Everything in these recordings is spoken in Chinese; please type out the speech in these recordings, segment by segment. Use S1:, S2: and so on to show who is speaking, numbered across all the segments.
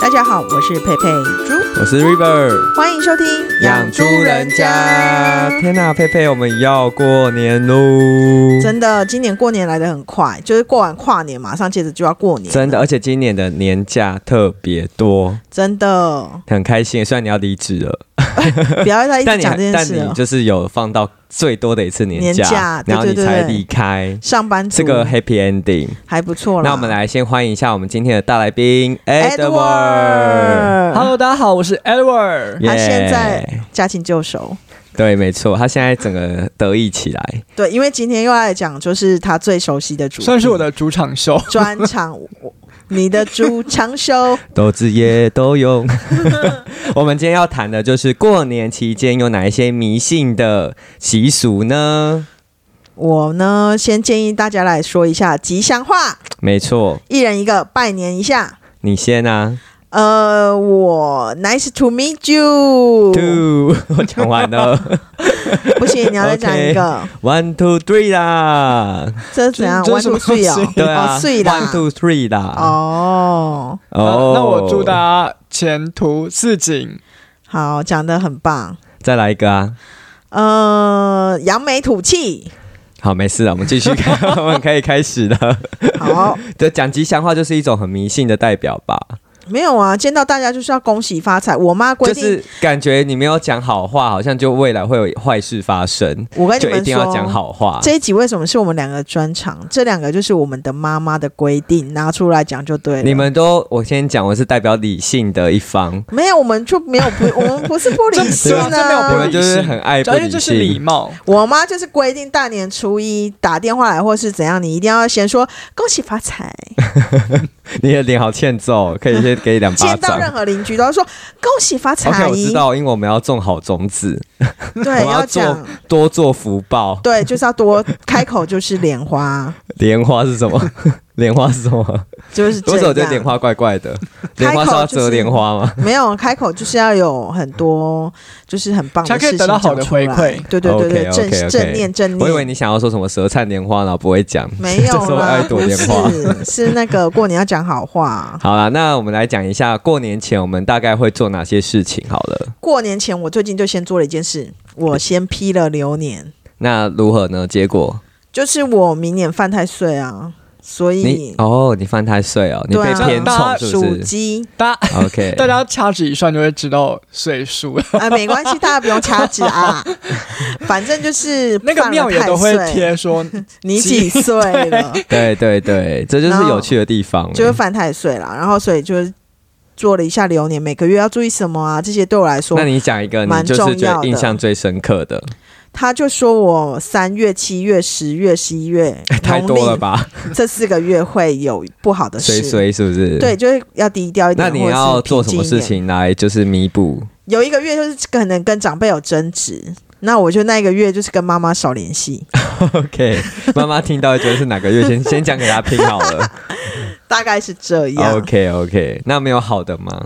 S1: 大家好，我是佩佩猪，
S2: 我是 River，
S1: 欢迎收听
S2: 天哪、佩佩，我们要过年喽！
S1: 真的，今年过年来的很快，就是过完跨年，马上接着就要过年，
S2: 真的，而且今年的年假特别多，
S1: 真的，
S2: 很开心。虽然你要离职了，
S1: 不要再一直
S2: 但你
S1: 讲这件
S2: 但
S1: 事
S2: 你
S1: 了。
S2: 就是有放到最多的一次年假，
S1: 年假对
S2: 然后你
S1: 对对
S2: 才
S1: 对
S2: 离开，
S1: 上班族
S2: 这个 Happy Ending。
S1: 还不错啦。
S2: 那我们来先欢迎一下我们今天的大来宾 Edward。
S1: Edward，
S3: Hello，大家好，我是 Edward。
S1: 他现
S2: Yeah
S1: 在驾轻就熟。
S2: 对，没错，他现在整个得意起来，
S1: 对，因为今天又要来讲，就是他最熟悉的主题，
S3: 算是我的主场秀，
S1: 专场。我你的主场秀，
S2: 斗智也斗勇。 我们今天要谈的就是过年期间有哪一些迷信的习俗呢？
S1: 我呢先建议大家来说一下吉祥话，
S2: 没错，
S1: 一人一个，拜年一下。
S2: 你先啊
S1: 呃，我 nice to meet you，
S2: ，two，我讲完 了
S1: 不行，你要再讲一 个，
S2: ，one two three 啦，
S1: 这是怎样？
S3: 这
S1: 弯
S3: 是
S1: 度碎
S3: 什么
S1: 哦
S3: 东，
S2: 对啊
S1: 哦碎啦
S2: ，one two three 啦，
S1: 哦，
S2: 哦
S3: 呃那我祝大家前途似锦。
S1: 好，讲的很棒。
S2: 再来一个啊。
S1: 呃，扬眉吐 气，
S2: 好，没事了，我们继续看，我们可以开 始了。
S1: 好，
S2: 就讲吉祥话，就是一种很迷信的代表吧，
S1: 没有啊，见到大家就是要恭喜发财。我妈规
S2: 就
S1: 定，
S2: 是感觉你没有讲好话，好像就未来会有坏事发生，
S1: 我哎跟你
S2: 就
S1: 们说，
S2: 一定要讲好话。
S1: 这一集为什么是我们两个专场？这两个就是我们的妈妈的规定，拿出来讲就对了。
S2: 你们都，我先讲，我是代表理性的一方，
S1: 没有，我们就没有不，我们不 是不理性
S3: 对啊这没有
S2: 你
S3: 不
S1: 啊。
S2: 们就是很爱哎不
S3: 因为
S2: 理
S3: 这是礼
S2: 性。
S3: 貌，
S1: 我妈就是规定大年初一打电话来或是怎样，你一定要先说恭喜发财。
S2: 你的脸好欠揍，可以先给你两 巴
S1: 见到任
S2: 掌。
S1: 何邻居都要说恭喜发财。
S2: OK，我知道，因为我们要种好种子，我
S1: 对，
S2: 们
S1: 要
S2: 要
S1: 讲
S2: 做。多做福报。
S1: 对，就是要多开口就是莲花，
S2: 莲花是什么？ 莲花是什么？
S1: 就是这
S2: 为什么我觉得
S1: 样。
S2: 莲花怪怪的？
S1: 开
S2: 莲
S1: 口
S2: 花是要
S1: 就是
S2: 折莲花吗？
S1: 没有开口就是要有很多，就是很棒的
S3: 才可以
S1: 事情
S3: 得到好的
S1: 讲出来
S3: 回馈
S1: 对对对对
S2: OK，OK，OK
S1: 正正念正念。
S2: 我以为你想要说什么舌灿莲花，然后不会讲。
S1: 没有
S2: 这是我
S1: 啦，
S2: 爱
S1: 不
S2: 朵莲花
S1: 是，是那个过年要讲好话。
S2: 好啦，那我们来讲一下过年前我们大概会做哪些事情好了。
S1: 过年前我最近就先做了一件事，我先批了流年，
S2: 那如何呢？结果
S1: 就是我明年犯太岁啊，所
S2: 你
S1: 以
S2: 哦，你犯太岁哦，你
S1: 对
S2: 被
S1: 啊
S2: 偏宠是不
S1: 属
S2: 是
S1: 鸡
S3: 大家
S2: ？OK，
S3: 大家掐指一算就会知道岁数 了。
S1: 啊，没关系，大家不用掐指 啊，反正就是
S3: 那个
S1: 犯了
S3: 庙也
S1: 太
S3: 都会
S1: 岁
S3: 贴说，
S1: 你几岁 了，
S2: 对对对，这就是有趣的地方。
S1: 就是犯太岁啦，然后所以就是做了一下流年，每个月要注意什么啊，这些对我来说
S2: 那，你讲一个你
S1: 蛮
S2: 就是
S1: 重
S2: 觉
S1: 要
S2: 得
S1: 的
S2: 印象最深刻的，
S1: 他就说我三月、七月、十月、十一月
S2: 太
S1: 农
S2: 多
S1: 历
S2: 了吧？
S1: 这四个月会有不好的
S2: 随
S1: 事，
S2: 随是不是？
S1: 对，。就是要低调一点。
S2: 那你要做什么事？情来就是弥补？
S1: 有一个月就是可能跟长辈有争执，那我就那一个月就是跟妈妈少联 系，
S2: OK，妈妈听到会觉得是哪个月 先先讲给她听好了。
S1: 大概是这样。
S2: 哦 OK OK，那没有好的吗？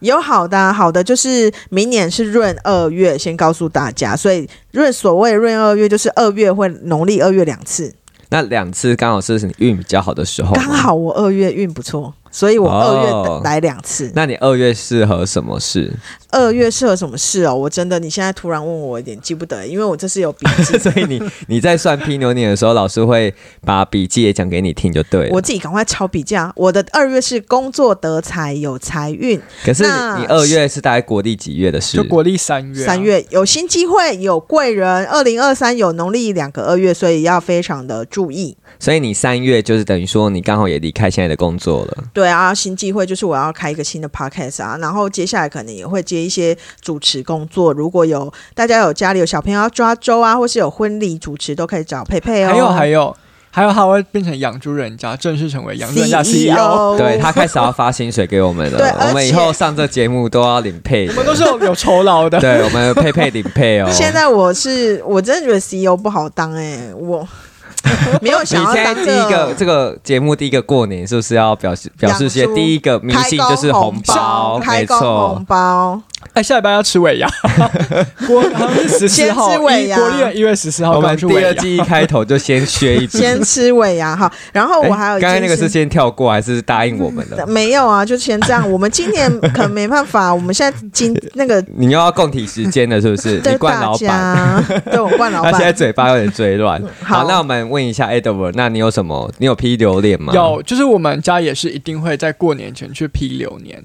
S1: 有好的啊、好的就是明年是闰二月，先告诉大家，所以闰所谓闰二月就是二月会农历二月两次，
S2: 那两次刚好是你运比较好的时候，
S1: 刚。好我二月运不错，所以我二
S2: 哦
S1: 月来两次。
S2: 那你二月适合什么事？
S1: 二月适合什么事哦？我真的你现在突然问我，我有点记不得，因为我这是有笔记
S2: 所以你你在算批牛年的时候，老师会把笔记也讲给你听就 对了。
S1: 我自己赶快抄笔记啊！我的二月是工作得财，有财运，
S2: 可是
S1: 那
S2: 你你二月是大概国历几月的事？
S3: 就国历三月啊，
S1: 三月有新机会，有贵人。二零二三有农历两个二月，所以要非常的注意。
S2: 所以你三月就是等于说你刚好也离开现在的工作了。
S1: 对啊，新机会就是我要开一个新的 podcast 啊，然后接下来可能也会接一些主持工作。如果有大家有家里有小朋友要抓周啊，或是有婚礼主持，都可以找佩佩哦。
S3: 还有还有还有，他会变成养猪人家，正式成为养猪人家
S1: E
S3: CEO。
S1: CEO，
S2: E 对他开始要发薪水给我们
S1: 哦对
S2: 了，
S1: 而且
S2: 我们以后上这节目都要领配
S3: 我们都
S2: 的。
S3: 是有有酬劳的，
S2: 对，我们佩佩领配 哦。
S1: 现在我是我真的觉得 CEO 不好当哎、 我没有
S2: 你
S1: 想要
S2: 现在
S1: 当
S2: 第
S1: 这
S2: 一个这个节目第一个过年是不是要表示表示一些
S1: 养猪
S2: 第一个迷
S1: 开
S2: 信
S1: 工
S2: 就是
S1: 红
S2: 包，
S1: 开
S2: 没
S1: 工
S2: 错
S1: 红。包，
S3: 哎，下礼拜要吃 尾牙，国好像是十四号，
S1: 先吃尾牙
S3: 一国历的一月十四号
S2: 我们
S3: 刚去
S2: 第
S3: 尾
S2: 二
S3: 牙。
S2: 季一开头就先削一笔。
S1: 先吃尾牙哈。然后我还有一
S2: 哎刚才
S1: 件
S2: 那个
S1: 事
S2: 是先跳过还是答应我们的？
S1: 没有啊，就先这样。我们今年可能没办法，我们现在今那 个
S2: 你又要共体时间了，是不是？你
S1: 对
S2: 惯
S1: 大
S2: 老板，
S1: 家，对我灌老
S2: 他现在
S1: 板，
S2: 嘴巴有点嘴 软。
S1: 好
S2: 好，那我们问一下 Edward，那你有什么？你有批榴莲吗？
S3: 有，就是我们家也是一定会在过年前去批流年。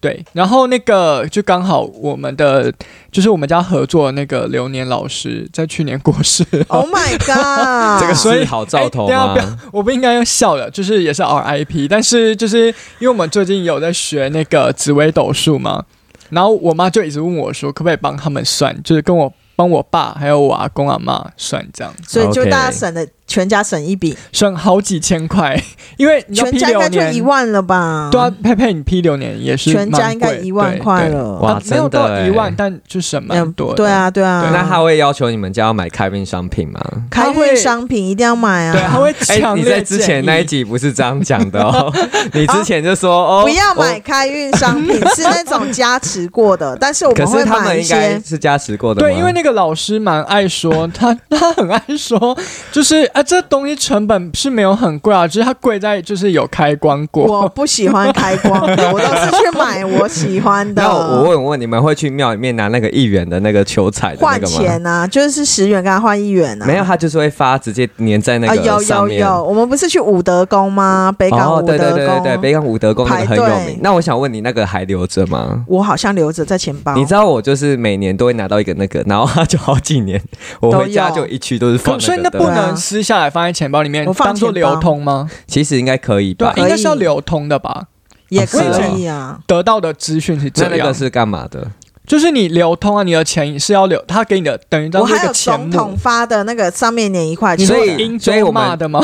S3: 对，然后那个就刚好我们的就是我们家合作的那个流年老师在去年过世，
S1: Oh my god！
S2: 哦这个
S3: 所以
S2: 是好兆哦头
S3: 哎等一下
S2: 吗
S3: 不？要我不应该用笑的，就是也是 RIP，但是就是因为我们最近有在学那个紫微斗数嘛，然后我妈就一直问我说，可不可以帮他们算，就是跟我帮我爸还有我阿公阿妈算这样，
S1: 所以就
S2: OK
S1: 大家省了全家省一笔，
S3: 省好几千块，因为你要
S1: 全
S3: 批
S1: 家应
S3: 流
S1: 该就
S3: 年
S1: 一，万了吧？
S3: 对啊，佩佩你批流年也是
S1: 嗯全家应该
S3: 蛮贵
S1: 一万块，了。
S3: 对对
S2: 哇
S3: 啊没有
S2: 真的
S3: 到一万
S2: 欸，
S3: 但就省蛮
S1: 嗯
S3: 多的，
S1: 对。啊，对啊，
S3: 对
S2: 那他会要求你们家要买开运商品吗？
S1: 开
S3: 他会
S1: 运商品一定要买啊！
S3: 对，他会
S2: 哎、
S3: 强烈
S2: 你在之前那一
S3: 建议
S2: 集不是这样讲的 哦，你之前就说哦，
S1: 啊不要买
S2: 哦。
S1: 开运商 品，是那种加持过的，但是我
S2: 可
S1: 们
S2: 是
S1: 会
S2: 他
S1: 买
S2: 们
S1: 一
S2: 应该
S1: 些。
S2: 是加持过的吗
S3: 对，因为那个老师蛮爱说，他他很爱说，就是啊，这东西成本是没有很贵啊，只是它贵在就是有开光过。
S1: 我不喜欢开光的，我都是去买我喜欢的
S2: 那。我我问问你们会去庙里面拿那个一元的那个球彩的那
S1: 换
S2: 个吗？
S1: 钱啊，就是十元跟他换一元啊。
S2: 没有，他就是会发，直接粘在那
S1: 啊，
S2: 个
S1: 有
S2: 上
S1: 有
S2: 面。
S1: 有，我们不是去武德宫吗？北港
S2: 哦
S1: 武，德
S2: 对
S1: 宫。
S2: 对对对对，北港武德宫那个很
S1: 排
S2: 有
S1: 队
S2: 名。那我想问你，那个还留着吗？
S1: 我好像留着在钱包。
S2: 你知道我就是每年都会拿到一个那个，然后他就好几年，我回家
S1: 都
S2: 就
S1: 有
S2: 一区都是放
S3: 可
S2: 那个的。
S3: 所以那不
S1: 对啊
S3: 能撕下来放在钱包里面
S1: 我放
S3: 当做
S1: 钱包
S3: 流通吗？
S2: 其实应该可以
S3: 对
S2: 吧
S3: 啊，？
S1: 可以
S3: 应该是要流通的吧。
S1: 也
S2: 是
S1: 可
S2: 哦
S1: 以啊。
S3: 得到的资讯是这
S2: 那
S3: 样，
S2: 那个是干嘛 的？
S3: 就是你流通啊，你的钱是要流，他给你的等于当
S1: 我
S3: 做一
S1: 还有
S3: 个钱
S1: 总统
S3: 目。
S1: 发的那个上面粘一块钱，
S2: 所以
S3: 英
S2: 所以我
S3: 州
S2: 们
S3: 骂的吗？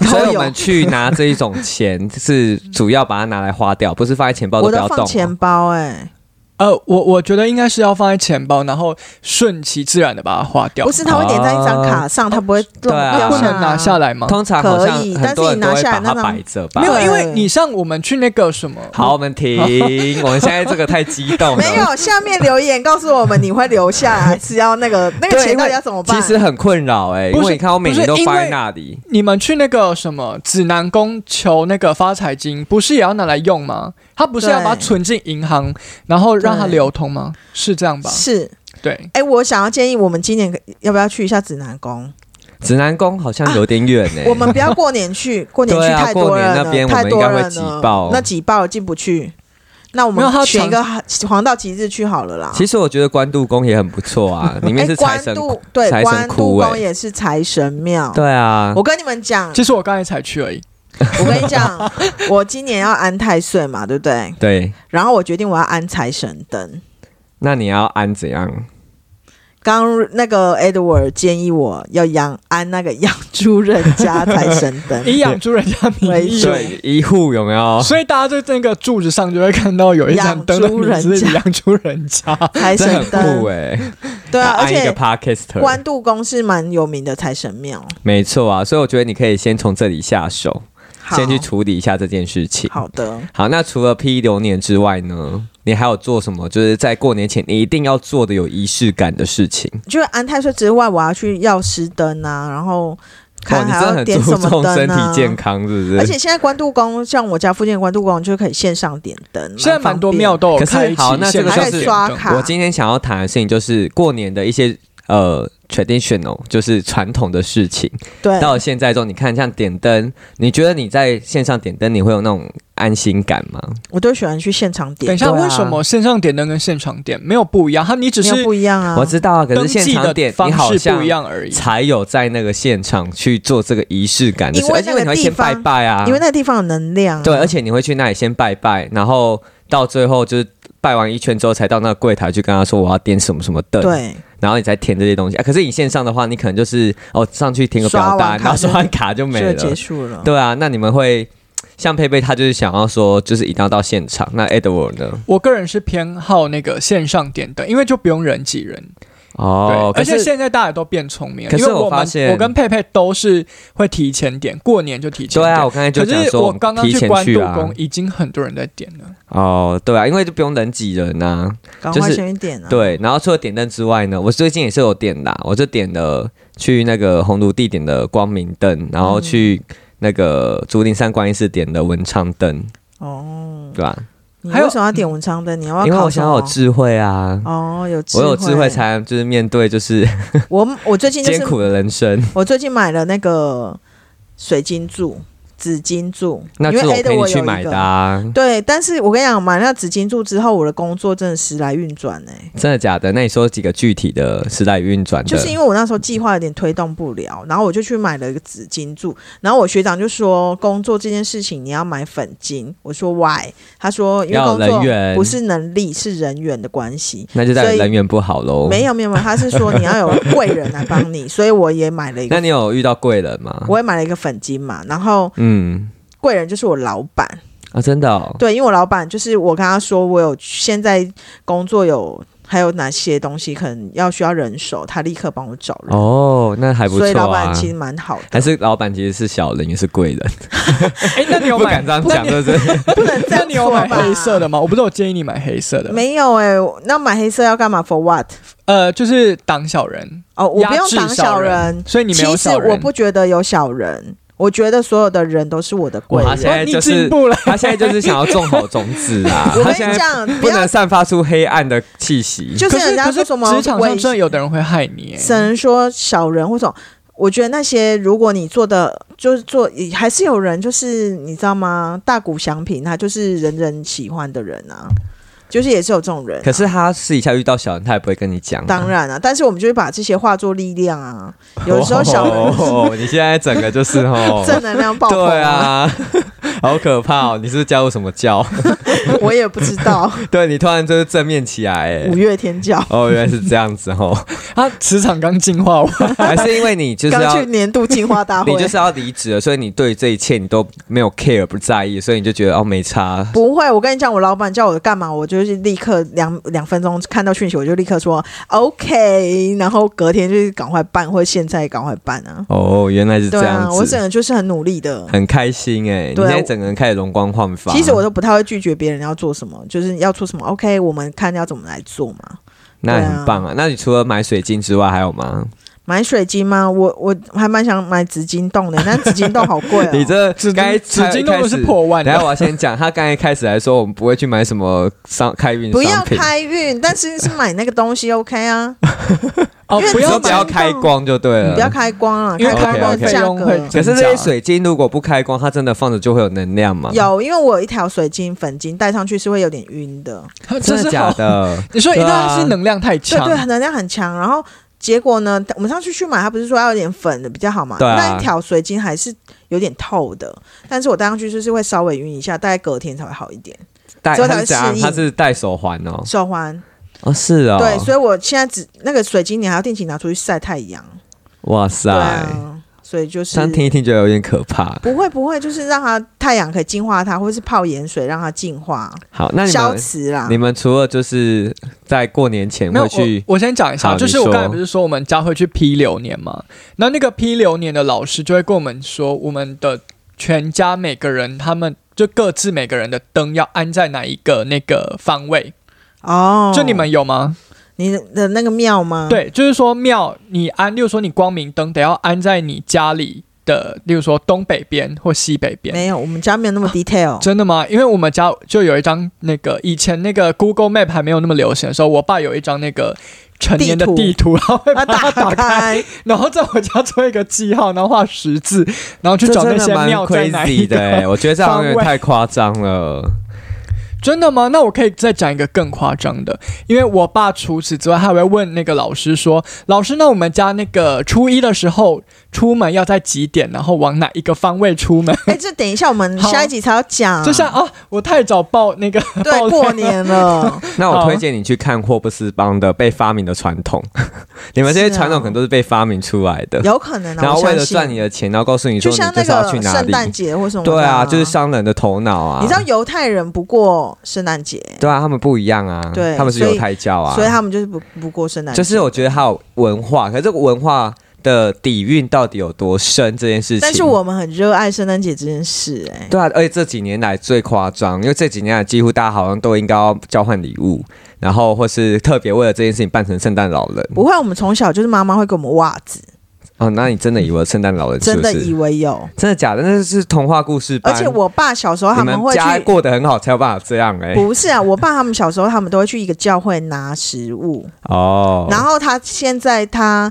S1: 都
S2: 所
S1: 有
S2: 以我们去拿这一种钱，是主要把它拿来花掉，不是放在钱包都
S1: 我
S2: 不
S1: 都
S2: 要动
S1: 放
S2: 哦。
S1: 钱包哎，
S3: 呃，我我觉得应该是要放在钱包，然后顺其自然的把它花掉。
S1: 不是它会粘在一张卡上，它不会
S2: 对
S1: 弄
S2: 啊
S1: 掉
S3: 不能拿下
S1: 来。
S3: 来吗？啊
S2: 通常好像
S1: 可以
S2: 很多人都会把它摆着吧
S3: 没。有，
S1: 对
S3: 因为你像我们去那个什么，
S2: 好，我们停，我们现在这个太激动 了。
S1: 没有，下面留言告诉我们你会留下来，还是要那个那个
S2: 对
S1: 钱
S2: 因
S1: 到
S2: 为
S1: 底要怎么办？
S2: 其实很困扰哎，
S3: 不
S2: 因
S3: 是
S2: 为你看我每年都放在那里，
S3: 你们去那个什么指南宫求那个发财金，不是也要拿来用吗？他不是要把它
S1: 对
S3: 存进银行，然后让它
S1: 对
S3: 流通吗？是这样吧？
S1: 是，
S3: 对，
S1: 哎，我想要建议我们今年可要不要去一下指南宫？
S2: 指南宫好像有点远哎。
S1: 啊我们不要过年去，过年去
S2: 对啊
S1: 太多人
S2: 过
S1: 了，
S2: 年那边我们
S1: 太多人
S2: 应该
S1: 了，
S2: 会挤爆
S1: 那挤爆了进不去。那我
S3: 没有
S1: 们
S3: 他
S1: 选一
S3: 常
S1: 个黄道吉日去好了啦。
S2: 其实我觉得关渡宫也很不错 啊，里面
S1: 哎，
S2: 是财
S1: 关
S2: 神。
S1: 渡对
S2: 财神
S1: 关渡
S2: 窟哎
S1: 宫也是财神庙。
S2: 对啊，
S1: 我跟你们讲，
S3: 其实我刚才才去而已。
S1: 我跟你讲，我今年要安太岁嘛，对不对？
S2: 对，
S1: 然后我决定我要安财神灯。
S2: 那你要安怎样？
S1: 刚那个 Edward 建议我要养安那个养猪人家财神灯，
S3: 以养猪人家名义，啊
S2: 对，一户有没有？
S3: 所以大家在那个柱子上就会看到有一盏灯的
S1: 养猪人
S3: 名
S1: 家
S3: 字 是养猪人 家。
S1: 财
S2: 这
S1: 神
S2: 很酷
S1: 灯，
S2: 哎、
S1: 对啊，而
S2: 安一个
S1: 且
S2: podcaster，
S1: 关渡宫是蛮有名的财神庙。
S2: 没错啊，所以我觉得你可以先从这里下手，
S1: 好
S2: 先去处理一下这件事情。
S1: 好的，
S2: 好，那除了批流年之外呢，你还有做什么？就是在过年前你一定要做的有仪式感的事情。
S1: 就是安太岁之外，我要去要石灯啊，然后
S2: 哇，
S1: 看
S2: 哦你
S1: 还
S2: 真的
S1: 要
S2: 很
S1: 点
S2: 注
S1: 什么
S2: 重身
S1: 灯
S2: 体
S1: 啊。
S2: 健康，是不是？
S1: 而且现在关渡宫，像我家附近的关渡宫，就可以线上点灯，
S3: 现在蛮多庙
S1: 的。
S3: 都有
S2: 可是
S3: 开启
S2: 好那这
S3: 线
S2: 个
S3: 上
S2: 就是
S3: 点
S1: 刷
S3: 灯
S1: 卡
S2: 我今天想要谈的事情就是过年的一些呃 traditional，就是传统的事情。
S1: 对，
S2: 到现在中，你看像点灯，你觉得你在线上点灯，你会有那种安心感吗？
S1: 我都喜欢去现场点。
S3: 等一下，
S2: 对啊
S3: 为什么线上点灯跟现场点没有不一样？它你只
S1: 没
S3: 是
S1: 有不一样啊。
S2: 我知道啊，可
S3: 登
S2: 是现
S3: 记
S2: 场
S3: 的
S2: 点你
S3: 方
S2: 好
S3: 式
S2: 像
S3: 不一样而已。
S2: 才有在那个现场去做这个仪式感的事，
S1: 因为
S2: 而
S1: 那
S2: 且
S1: 个
S2: 你会先
S1: 地方
S2: 拜拜啊，
S1: 因为那个地方有能量、啊。
S2: 对，而且你会去那里先拜拜，啊然后到最后就是拜完一圈之后，才到那个柜台去跟他说我要点什么什么灯，
S1: 对
S2: 然后你才填这些东西啊。可是你线上的话，你可能就是哦上去填个
S1: 刷
S2: 表
S1: 完
S2: 单，
S1: 卡
S2: 然后
S1: 就
S2: 刷完卡就没
S1: 就
S2: 了，
S1: 结束了。
S2: 对啊，那你们会像佩佩，他就是想要说，就是一定要到现场。那 Edward 呢？
S3: 我个人是偏好那个线上点灯，因为就不用人挤人。
S2: 哦，
S3: 对，
S2: 可
S3: 而且
S2: 是
S3: 现在大家都变聪明了，
S2: 可是
S3: 因为
S2: 我
S3: 我
S2: 发
S3: 们
S2: 现
S3: 我跟佩佩都是会提前点，过年就提前
S2: 对
S3: 点。
S2: 啊，我刚才就
S3: 可
S2: 讲
S3: 是
S2: 说
S3: 我
S2: 们
S3: 刚刚
S2: 提
S3: 去
S2: 前
S3: 关
S2: 去
S3: 渡
S2: 啊
S3: 宫，，已经很多人在点 了。
S2: 哦，对啊，因为就不用人挤人啊。
S1: 赶
S2: 就
S1: 快
S2: 是
S1: 先点啊！，
S2: 对，然后除了点灯之外呢，我最近也是有点啦，我就点了去那个红炉地点的光明灯，然后去那个竹林山观音寺点的文昌灯，
S1: 哦，
S2: 对吧、
S1: 你
S3: 还有
S1: 为什么要点文昌灯？你要不要
S2: 因为
S1: 考
S2: 我
S1: 什
S2: 想
S1: 么？
S2: 要有智慧啊，
S1: 哦，有智
S2: 我有智慧才能就是面对就是
S1: 我我最近就
S2: 艰
S1: 是
S2: 苦的人生。
S1: 我最近买了那个水晶柱、紫晶柱，
S2: 那
S1: 因
S2: 是
S1: 为 A 的
S2: 陪你
S1: 我有
S2: 去
S1: 一
S2: 买的、
S1: 个。
S2: 啊，
S1: 对，但是我跟你讲，买那紫晶柱之后，我的工作真的时来运转哎、
S2: 真的假的？那你说几个具体的时代运转的？
S1: 就是因为我那时候计划有点推动不了，然后我就去买了一个紫金柱，然后我学长就说工作这件事情你要买粉金，我说 why？他说因为
S2: 要有
S1: 工作
S2: 人缘
S1: 不是能力是人缘的关系。
S2: 那就代
S1: 所
S2: 表
S1: 以
S2: 人缘不好喽。
S1: 没，有没有没有，他是说你要有贵人来帮 你，所以我也买了一
S2: 那
S1: 个，
S2: 你有遇到贵人吗？
S1: 我也买了一个粉金嘛。然后
S2: 嗯
S1: 贵人就是我老板，
S2: 啊，真的、哦，
S1: 对，因为我老板就是我跟他说，我有现在工作有还有哪些东西可能要需要人手，他立刻帮我找人，
S2: 哦，那还不错
S1: 所以老板
S2: 啊。
S1: 其实蛮好的，
S2: 还是老板其实是小人，也是贵人，
S3: 哎，那你 有
S2: 不
S3: 买
S2: 敢这样讲，对不对？
S1: 不能这
S3: 那
S1: 样
S3: 你有
S1: 说
S3: 买
S1: 吧？
S3: 黑色的吗？我不是有建议你买黑色的，
S1: 没有哎、那买黑色要干嘛？For what？
S3: 呃，就是挡小人，
S1: 哦，我不
S3: 压
S1: 用
S3: 制
S1: 挡
S3: 小
S1: 人，
S3: 所以你没有
S1: 其实
S3: 小人。
S1: 我不觉得有小人，我觉得所有的人都是我的贵
S2: 哇他
S1: 人。
S2: 现在哎就
S3: 你进
S2: 是
S3: 步了，
S2: 他现在就是想要种好种子啊，
S1: 我
S2: 他
S1: 跟
S2: 现
S1: 你
S2: 在
S1: 讲，不
S2: 不能
S1: 要
S2: 散发出黑暗的气息。
S1: 就
S3: 可
S1: 人家
S3: 可
S1: 说
S3: 是
S1: 什么
S3: 职场上
S1: 微
S3: 真的有的人会害你，欸
S1: 只能说小人或者，我觉得那些如果你做的就是做，还是有人就是你知道吗？大股祥平他就是人人喜欢的人啊，就是也是有这种人啊、
S2: 可是他私底下遇到小人，他也不会跟你讲啊。
S1: 当然啊，但是我们就是把这些化作力量啊，有的时候小人，
S2: 哦， 你现在整个就是哦
S1: 正能量爆棚、
S2: 对，啊， 好可怕哦！你是不是加入什么教？
S1: 我也不知 道
S2: 对你突然就是正面起来，哎
S1: 五，月天教。
S2: 哦，原来是这样子 哦，
S3: 他职场刚进化完，
S2: 还是因为你就是
S1: 刚
S2: 要
S1: 去。年度进化大会，
S2: 你就是要离职了，所以你对这一切你都没有 care 不在意，所以你就觉得哦没差，
S1: 不会，我跟你讲，我老板叫我干嘛，我就是立刻两两分钟看到讯息，我就立刻说 OK，然后隔天就是赶快办，或者现在赶快办啊。
S2: 哦原来是
S1: 对
S2: 这
S1: 啊，
S2: 样
S1: 我整
S2: 子，
S1: 个就是很努力的。
S2: 很开心哎、你
S1: 对啊
S2: 现在整个人开始容光焕发。
S1: 其实我都不太会拒绝别人要做什么，就是要做什么 OK，我们看要怎么来做嘛。
S2: 那
S1: 对啊
S2: 很棒啊，那你除了买水晶之外还有吗？
S1: 买水晶吗？我我还蛮想买紫金洞的，但紫金洞好贵哦。
S2: 你这
S3: 纸
S2: 该
S3: 巾纸巾都是
S2: 开始
S3: 破万
S2: 等一下
S3: 的，
S2: 我要先讲，他刚才开始来说，我们不会去买什么商开运商
S1: 不
S2: 品，
S1: 要开运，但是是买那个东西 OK 啊，
S3: 哦
S1: 因为
S3: 不
S2: 你
S1: 只
S2: 说
S3: 要
S1: 有
S2: 不
S3: 买
S2: 要开光就对
S1: 你
S2: 了。
S1: 不要开光啊，
S3: 因为
S1: 开光
S2: 开光
S1: 的价
S3: 费用会
S1: 格啊
S2: 可是这些水晶如果不开光，它真的放着就会有能量吗？，
S1: 有，因为我有一条水晶粉晶戴上去是会有点晕的，
S3: 这
S2: 真的
S3: 是
S2: 假
S3: 好？
S2: 的？
S3: 你说一
S2: 对
S3: 定
S2: 啊
S3: 是能量太
S1: 对
S3: 强，
S1: 对，能量很强。然后结果呢，我们上次去买，它不是说要有点粉的比较好嘛？
S2: 对啊
S1: 那一条水晶还是有点透的，但是我戴上去就是会稍微晕一下，大概隔天才会好一点。
S2: 戴
S1: 所以它
S2: 它是怎样？
S1: 适应
S2: 它是戴手环哦。
S1: 手环，
S2: 哦，是哦。
S1: 对，所以我现在只那个水晶你还要定期拿出去晒太阳，
S2: 哇
S1: 对
S2: 塞，
S1: 啊，所以就是
S2: 这样听一听觉得有点可怕。
S1: 不会不会，就是让它太阳可以净化它，或是泡盐水让它净化
S2: 好，那你
S1: 消
S2: 们
S1: 磁啦
S2: 你。们除了就是在过年前
S3: 没有
S2: 会去，
S3: 我我先讲一下，
S2: 好
S3: 就是
S2: 你说
S3: 我刚才不是说我们家会去批流年嘛？那那个批流年的老师就会跟我们说，我们的全家每个人他们。就各自每个人的灯要安在哪一个那个方位？
S1: 哦，
S3: 就你们有吗？
S1: 你的那个庙吗？，
S3: 对，就是说庙你安，例如说你光明灯得要安在你家里的，例如说东北边或西北边。
S1: 没有，我们家没有那么
S2: 啊
S1: detail。
S3: 真的吗？因为我们家就有一张那个以前那个 Google Map 还没有那么流行的时候，我爸有一张那个成年的
S1: 地图
S3: 地图，然后会把
S1: 要
S3: 它打
S1: 打
S3: 开，
S1: 开，
S3: 然后在我家做一个记号，然后画十字，然后去
S2: 这
S3: 找那
S2: 真
S3: 些
S2: 的蛮
S3: 庙在哪
S1: 啊
S3: 一
S2: crazy
S3: 个。
S2: 的欸，我觉得这好像有
S3: 方位
S2: 点太夸张了。
S3: 真的吗？那我可以再讲一个更夸张的，因为我爸除此之外，他还会问那个老师说：“老师，那我们家那个初一的时候出门要在几点，然后往哪一个方位出门。
S1: 哎，这等一下我 们
S3: 好
S1: 下一集才要讲，
S3: 就像啊，我太早报那个报
S1: 对
S3: 了
S1: 过年 了，
S2: 那我
S3: 好
S2: 推荐你去看霍布斯邦的被发明的传统， 你们这些
S1: 是啊
S2: 传统可能都是被发明出来的，
S1: 有可能啊，
S2: 然后
S1: 我相
S2: 为了
S1: 信
S2: 赚你的钱，然后告诉你
S1: 就
S2: 说你
S1: 像
S2: 就
S1: 那
S2: 是要去
S1: 个
S2: 哪
S1: 圣
S2: 里。
S1: 诞节或什么的，
S2: 对啊，就是商人的头脑啊。
S1: 你知道犹太人不过圣诞节，
S2: 对啊，他们不一样啊，
S1: 对
S2: 他们是
S1: 所以
S2: 犹太教啊，
S1: 所以他们就是不不过圣诞节，
S2: 就是我觉得还有文化，可是这个文化的底蕴到底有多深这件事情，
S1: 但是我们很热爱圣诞节这件事、哎，
S2: 对啊，而且这几年来最夸张，因为这几年来几乎大家好像都应该要交换礼物，然后或是特别为了这件事情扮成圣诞老人。
S1: 不会，我们从小就是妈妈会给我们袜子，
S2: 哦，那你真的以为圣诞老人是
S1: 真
S2: 不
S1: 的
S2: 是？
S1: 以为有。
S2: 真的假的？那是童话故事班。
S1: 而且我爸小时候他
S2: 你们
S1: 会
S2: 家
S1: 去，
S2: 过得很好才有办法这样哎、
S1: 不是啊，我爸他们小时候他们都会去一个教会拿食物，
S2: 哦，
S1: 然后他现在他。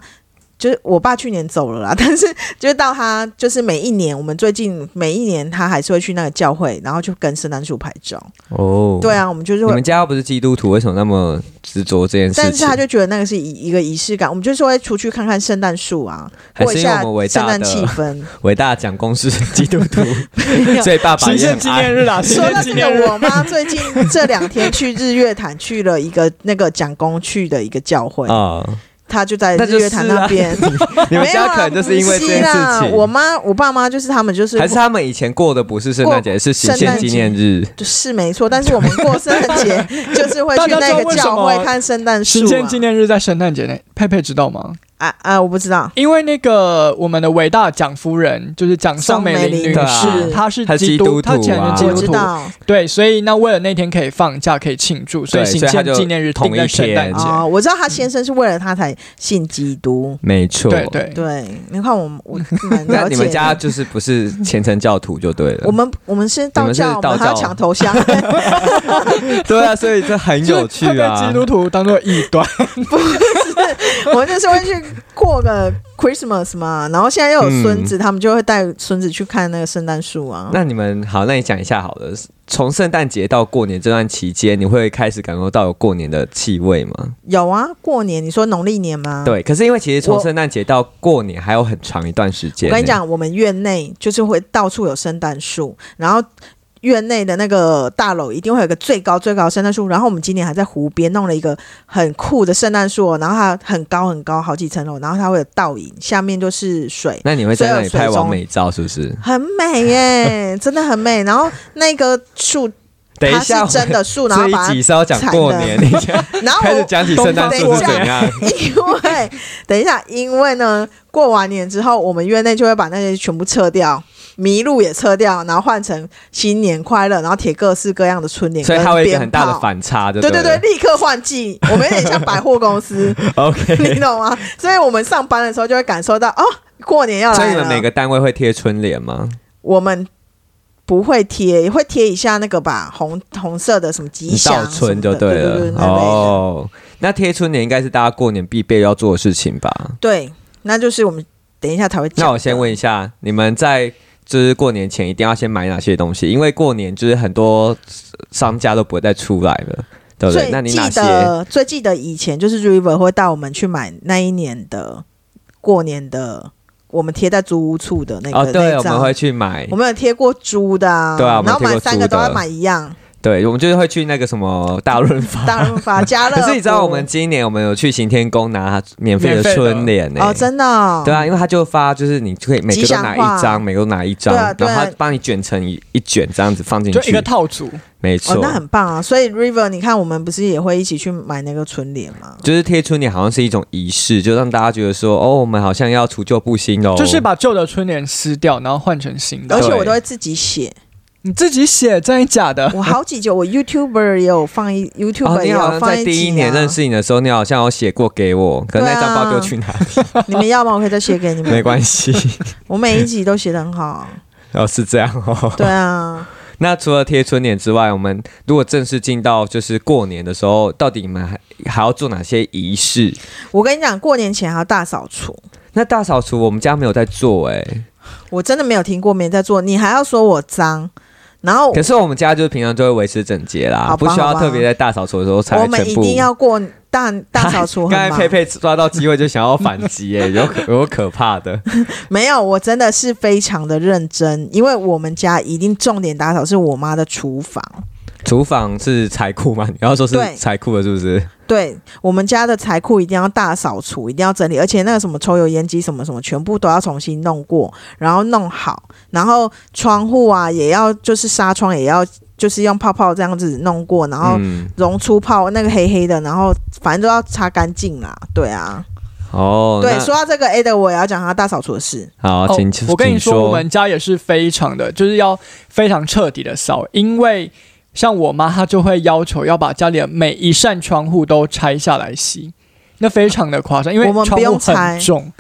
S1: 就是我爸去年走了啦， 但是就是到他就是每一年，我们最近每一年他还是会去那个教会，然后就跟圣诞树拍照。
S2: 哦，
S1: 对。啊，我们就是
S2: 你
S1: 会
S2: 们家又不是基督徒，为什么那么执着这件事情？
S1: 但是他就觉得那个是一一个仪式感，我们就是会出去看看圣诞树啊，
S2: 还
S1: 过一
S2: 是因为
S1: 下
S2: 我们伟
S1: 圣
S2: 大
S1: 诞
S2: 的
S1: 气 氛。
S2: 伟大的蒋公是基督徒，
S1: 没 有
S2: 所以爸爸
S3: 行
S2: 也
S3: 宪
S2: 很
S3: 纪
S2: 爱
S3: 念。日啊，行
S1: 说到这
S3: 宪纪念日
S1: 个，我妈最近这两天去日月潭去了一个那个蒋公去的一个教会，
S2: 啊、
S1: 她就在
S2: 那就
S1: 日月潭
S2: 是啊
S1: 那边。
S2: 你们
S1: 没有
S2: 家
S1: 啊
S2: 可能就是因为这件
S1: 不是
S2: 事
S1: 啦
S2: 情，
S1: 啊我妈我爸妈就是他们就是
S2: 还是他们以前过的不是圣诞节，是行
S1: 圣
S2: 宪
S1: 诞节
S2: 纪念日。
S1: 是没错，但是我们过圣诞节 就是会去那个教会看圣诞树
S3: 行宪纪
S1: 啊
S3: 念日在圣诞节内，佩佩知道吗？
S1: 啊啊！我不知道，
S3: 因为那个我们的伟大蒋夫人，就是蒋
S1: 宋
S3: 宋美龄
S1: 美
S3: 女
S2: 龄
S3: 士，
S2: 对啊
S3: 她是
S2: 她是
S3: 基
S2: 基督徒
S3: 督，她前
S2: 啊
S3: 是基
S1: 我
S3: 督
S1: 知
S3: 徒，
S1: 道哦
S3: 对，所以那为了那天可以放假可以庆祝，所以
S2: 对
S3: 行
S2: 所以她
S3: 宪
S2: 就
S3: 纪念日定在圣诞
S2: 同
S3: 节。
S1: 哦，我知道她先生是为了她才信基督。
S2: 没错，
S3: 对。对，
S1: 对，你看我们我蛮
S2: 那
S1: 了
S2: 你
S1: 解
S2: 们
S1: 的。
S2: 家就是不是虔诚教徒就对
S1: 我
S2: 了，
S1: 们我们是道教，
S2: 你们是道教
S1: 我们还要抢头香，
S2: 对啊，所以这很有趣
S3: 就是她被
S2: 啊
S3: 基。督徒当做异 端，
S1: 我们就是会去过个 Christmas 嘛。然后现在又有孙子，他们就会带孙子去看那个圣诞树啊。
S2: 嗯那你们好，那你讲一下好了。从圣诞节到过年这段期间，你会开始感受到有过年的气味吗？
S1: 有啊，过年你说农历年吗？，
S2: 对，可是因为其实
S1: 我
S2: 从圣诞节到过年还有很长一段时间。欸
S1: 我跟你，讲，我们院内就是会到处有圣诞树，然后。院内的那个大楼一定会有一个最高最高的圣诞树，然后我们今年还在湖边弄了一个很酷的圣诞树哦，然后它很高很高，好几层楼，然后它会有倒影，下面就是水，
S2: 那你会在那里
S1: 所以
S2: 拍
S1: 有水中
S2: 完美照是不是？
S1: 很美耶、 真的很美。然后那个树，
S2: 等一
S1: 它
S2: 下，
S1: 是真的树，然
S2: 这
S1: 后
S2: 一
S1: 把
S2: 集是要讲过年，你先
S1: 它，然后
S2: 开始
S1: 啊我
S2: 讲起圣诞树是怎样？
S1: 因为 等一下，因为呢，过完年之后，我们院内就会把那些全部撤掉。麋鹿也撤掉，然后换成新年快乐，然后贴各式各样的春联，
S2: 所以它会有一个很大
S1: 跟鞭
S2: 的
S1: 炮。
S2: 反差，对
S1: 对对
S2: 对
S1: 对，立刻换季，我们有点像百货公 司，
S2: ，OK。
S1: 你懂吗？所以我们上班的时候就会感受到哦，过年要
S2: 所以
S1: 来
S2: 你
S1: 了。
S2: 们每个单位会贴春联吗？
S1: 我们不会贴，会贴一下那个吧，红红色的什么吉祥
S2: 到春就
S1: 什么的对
S2: 了。
S1: 对对，那类的
S2: 哦，那贴春联应该是大家过年必备要做的事情吧？
S1: 对，那就是我们等一下才会讲。
S2: 那我先，问一下，你们在就是过年前一定要先买哪些东西？因为过年就是很多商家都不会再出来了，对不对？那
S1: 最
S2: 你
S1: 记
S2: 哪些？
S1: 得最记得以前就是 River 会带我们去买那一年的过年的，我们贴在租屋处的那个、
S2: 哦，对，
S1: 那
S2: 我
S1: 张
S2: 们会去买
S1: 我，们有贴过猪的啊，
S2: 对啊我们
S1: 然后
S2: 贴过
S1: 买三个
S2: 猪
S1: 都
S2: 的
S1: 要买一样，
S2: 对，我们就是会去那个什么大润 发。
S1: 大润 发、家乐福。
S2: 可是你知道，我们今年我们有去行天宫拿免费的
S3: 免费的
S2: 春联呢、
S1: 哦，真的、哦、啊
S2: 对啊，因为他就发，就是你可以每个都拿
S1: 吉祥
S2: 一
S1: 话
S2: 张，每个都拿一张，
S1: 对啊对
S2: 然
S1: 啊
S2: 后他帮你卷成一一卷这样子放进
S3: 就一
S2: 去
S3: 个，套组。
S2: 没
S1: 哦
S2: 错，，
S1: 那很棒啊！所以 River，你看我们不是也会一起去买那个春联吗？
S2: 就是贴春联好像是一种仪式，就让大家觉得说，哦，我们好像要除旧布新哦，
S3: 就是把旧的春联撕掉，然后换成新
S1: 而
S3: 的。
S1: 且我都会自己写，
S3: 你自己写，真的假的？
S1: 我好几集，我 YouTuber 也有放一
S2: 哦，
S1: YouTuber 也
S2: 你好像
S1: 有放
S2: 在
S1: 一集、啊。
S2: 第一年认，识你的时候，你好像有写过给我，可能那张
S1: 对啊
S2: 报丢去哪里，
S1: 你们要吗？我可以再写给你们。
S2: 没关系。
S1: 我每一集都写的很好。
S2: 哦，是这样 哦。
S1: 对啊，
S2: 那除了贴春联之外，我们如果正式进到就是过年的时候，到底你们还还要做哪些仪式？
S1: 我跟你讲，过年前还要大扫除，
S2: 那大扫除我们家没有在做哎、
S1: 我真的没有听过没人在做，你还要说我脏，然后
S2: 可是我们家就是平常就会维持整洁啦
S1: 哦好，吧
S2: 不需要
S1: 好吧
S2: 特别在大扫除的时候才
S1: 我
S2: 全
S1: 们一
S2: 部。
S1: 定要过大大扫除很
S2: 刚才
S1: 忙。
S2: 佩佩抓到机会就想要反击，哎，有可有可怕的。
S1: 没有，我真的是非常的认真，因为我们家一定重点打扫是我妈的厨房。
S2: 厨房是财库吗？你要说是
S1: 对
S2: 财库的，是不是？
S1: 对我们家的财库一定要大扫除，一定要整理，而且那个什么抽油烟机什么什么，全部都要重新弄过，然后弄好，然后窗户啊也要就是纱窗也要就是用泡泡这样子弄过，然后
S2: 嗯，
S1: 溶出泡那个黑黑的，然后反正都要擦干净啦。对啊，
S2: 哦，
S1: 对，
S2: 那
S1: 说到这个 A 的，我也要讲他大扫除的事。
S2: 好，
S3: 哦
S2: 啊请
S3: 我跟你
S2: 请
S3: 说，我们家也是非常的，就是要非常彻底的扫，因为像我妈她就会要求要把家里的每一扇窗户都拆下来洗，那非常的夸张，因为
S1: 我们
S3: 窗
S1: 不
S3: 户
S1: 用拆
S3: 很重。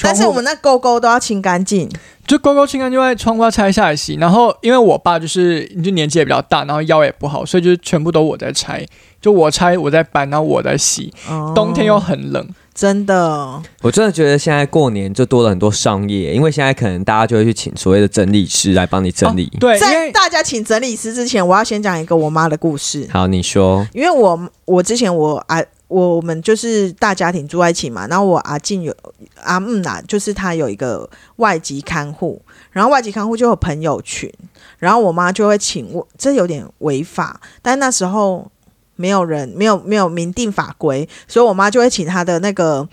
S1: 但是
S3: 窗户
S1: 我们那勾勾都要清干净，
S3: 就勾勾清干净外，窗户要拆下来洗。然后因为我爸就是就年纪也比较大，然后腰也不好，所以就是全部都我在拆，就我拆我在搬，然后我在洗。
S1: 哦
S3: 冬天又很冷，
S1: 真的
S2: 我真的觉得现在过年就多了很多商业，因为现在可能大家就会去请所谓的整理师来帮你整理。
S3: 哦对，因
S1: 在
S3: 为
S1: 大家请整理师之前，我要先讲一个我妈的故事，
S2: 好，你说，
S1: 因为我我之前我啊。我们就是大家庭住在一起嘛，然后我阿静有阿木啦，就是他有一个外籍看护，然后外籍看护就有朋友群，然后我妈就会请我，这有点违法，但那时候没有人没有没有明定法规，所以我妈就会请她的那个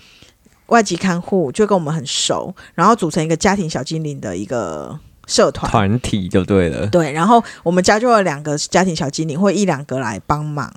S1: 外籍看护，就跟我们很熟，然后组成一个家庭小精灵的一个社团，
S2: 团体就对了。
S1: 对，然后我们家就有两个家庭小精灵，会一两个来帮忙，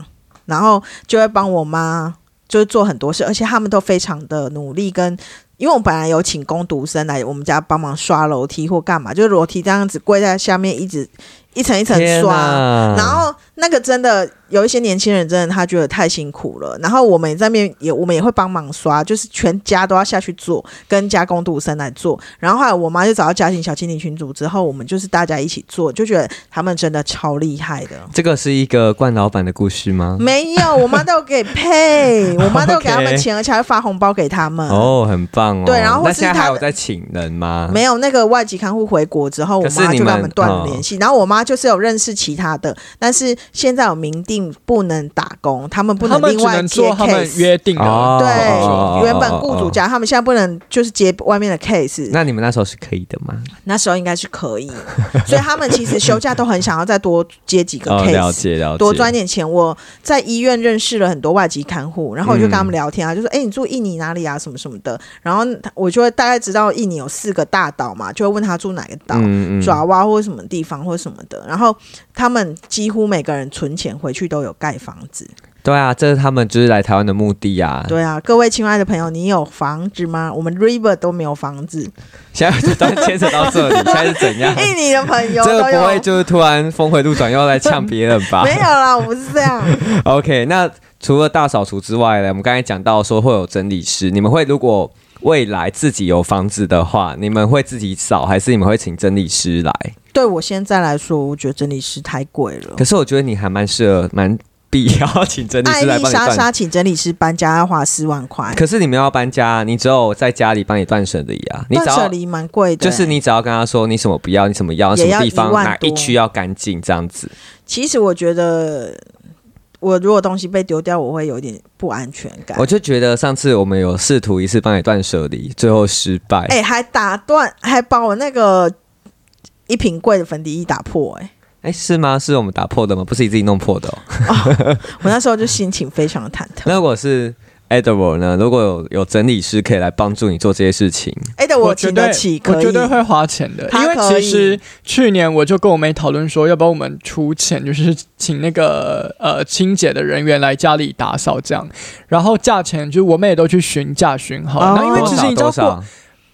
S1: 然后就会帮我妈就是做很多事，而且他们都非常的努力跟。因为我本来有请工读生来我们家帮忙刷楼梯或干嘛，就是楼梯这样子跪在下面，一直一层一层
S2: 天
S1: 刷。
S2: 哪
S1: 然后那个真的有一些年轻人真的他觉得太辛苦了，然后我们在面也我们也会帮忙刷，就是全家都要下去做，跟加工读生来做。然后后来我妈就找到家庭小精灵群组之后，我们就是大家一起做，就觉得他们真的超厉害的。
S2: 这个是一个冠老板的故事吗？
S1: 没有，我妈都有给配，我妈都有给他们
S2: OK
S1: 钱，而且还会发红包给他们。
S2: 哦，很棒哦。
S1: 对然后
S2: 那
S1: 或是
S2: 现在还
S1: 他
S2: 有
S1: 的
S2: 在请人吗？
S1: 没有那个外籍看护回国之后，我
S2: 嗯可是
S1: 妈
S2: 你
S1: 就跟他
S2: 们
S1: 们断了
S2: 哦
S1: 联系。然后我妈就是有认识其他的，但是现在有明定不能打工，他们不
S3: 他们
S1: 另
S3: 只
S1: 外
S3: 能
S1: 接
S3: 做他们
S1: case。
S3: 约定的。
S2: 哦，
S1: 对
S2: 哦，
S1: 原本雇主。
S2: 哦哦哦
S1: 家他们现在不能就是接外面的 case，那
S2: 那你们那时候是可以的吗？
S1: 时候应该是可以， 所以他们其实休假都很想要再多接几个
S2: 哦，了
S1: case，、
S2: 解了解。
S1: 多赚点钱。我在医院认识了很多外籍看护，然后我就跟他们聊
S2: 嗯
S1: 天啊，就说：“哎、你住印尼哪里啊？什么什么的。”然后我就会大概知道印尼有四个大岛嘛，就会问他住哪个岛。
S2: 嗯嗯
S1: 爪哇或什么地方或什么的，然后他们几乎每个人存钱回去都有盖房子。
S2: 对啊，这是他们就是来台湾的目的啊。
S1: 对啊，各位亲爱的朋友，你有房子吗？我们 River 都没有房子，
S2: 现在就突然牵扯 到这里，现在是怎样？
S1: 印尼的朋友
S2: 这
S1: 都
S2: 个不
S1: 有
S2: 会就是啊突然峰回路转又来呛别人吧
S1: 没有啦，我不是这样。
S2: ？OK，那除了大扫除之外呢，我们刚才讲到说会有整理师，你们会如果未来自己有房子的话，你们会自己扫，还是你们会请整理师来？
S1: 对我现在来说，我觉得整理师太贵了
S2: 可。是我觉得你还蛮适合，蛮必要请整理
S1: 艾
S2: 师来
S1: 丽
S2: 帮你
S1: 莎
S2: 断
S1: 莎请整理师搬家要花四万块，
S2: 可是你们要搬家，你只有在家里帮你断舍离啊，你只
S1: 断舍
S2: 要。
S1: 离蛮贵的、
S2: 就是，你只要跟他说你什么不要，你什么要，什
S1: 也要
S2: 么地方
S1: 一万
S2: 哪一
S1: 多
S2: 区要干净这样子。
S1: 其实我觉得，我如果东西被丢掉，我会有点不安全感
S2: 我。就觉得上次我们有试图一次帮你断舍离，最后失败。
S1: 哎、还打断，还把我那个一瓶贵的粉底液打破、哎，
S2: 哎、是吗？是我们打破的吗？不是你自己弄破的、哦。
S1: 我那时候就心情非常的忐 忑。
S2: 那如果是 Edward 呢？如果有有整理师可以来帮助你做这些事情，
S1: 哎、对
S3: 我
S1: 请
S3: 绝
S1: 得
S3: 对
S1: 起，
S3: 我
S1: 可以
S3: 绝对会花钱的，
S1: 他
S3: 因为
S1: 可以
S3: 其实去年我就跟我妹讨论说，要不要我们出钱，就是请那个呃清洁的人员来家里打扫这样，然后价钱就是我妹也都去询价询好，
S1: 哦
S3: 那、因为
S2: 多
S3: 其实
S2: 少
S3: 你知道
S2: 多
S3: 过
S2: 少？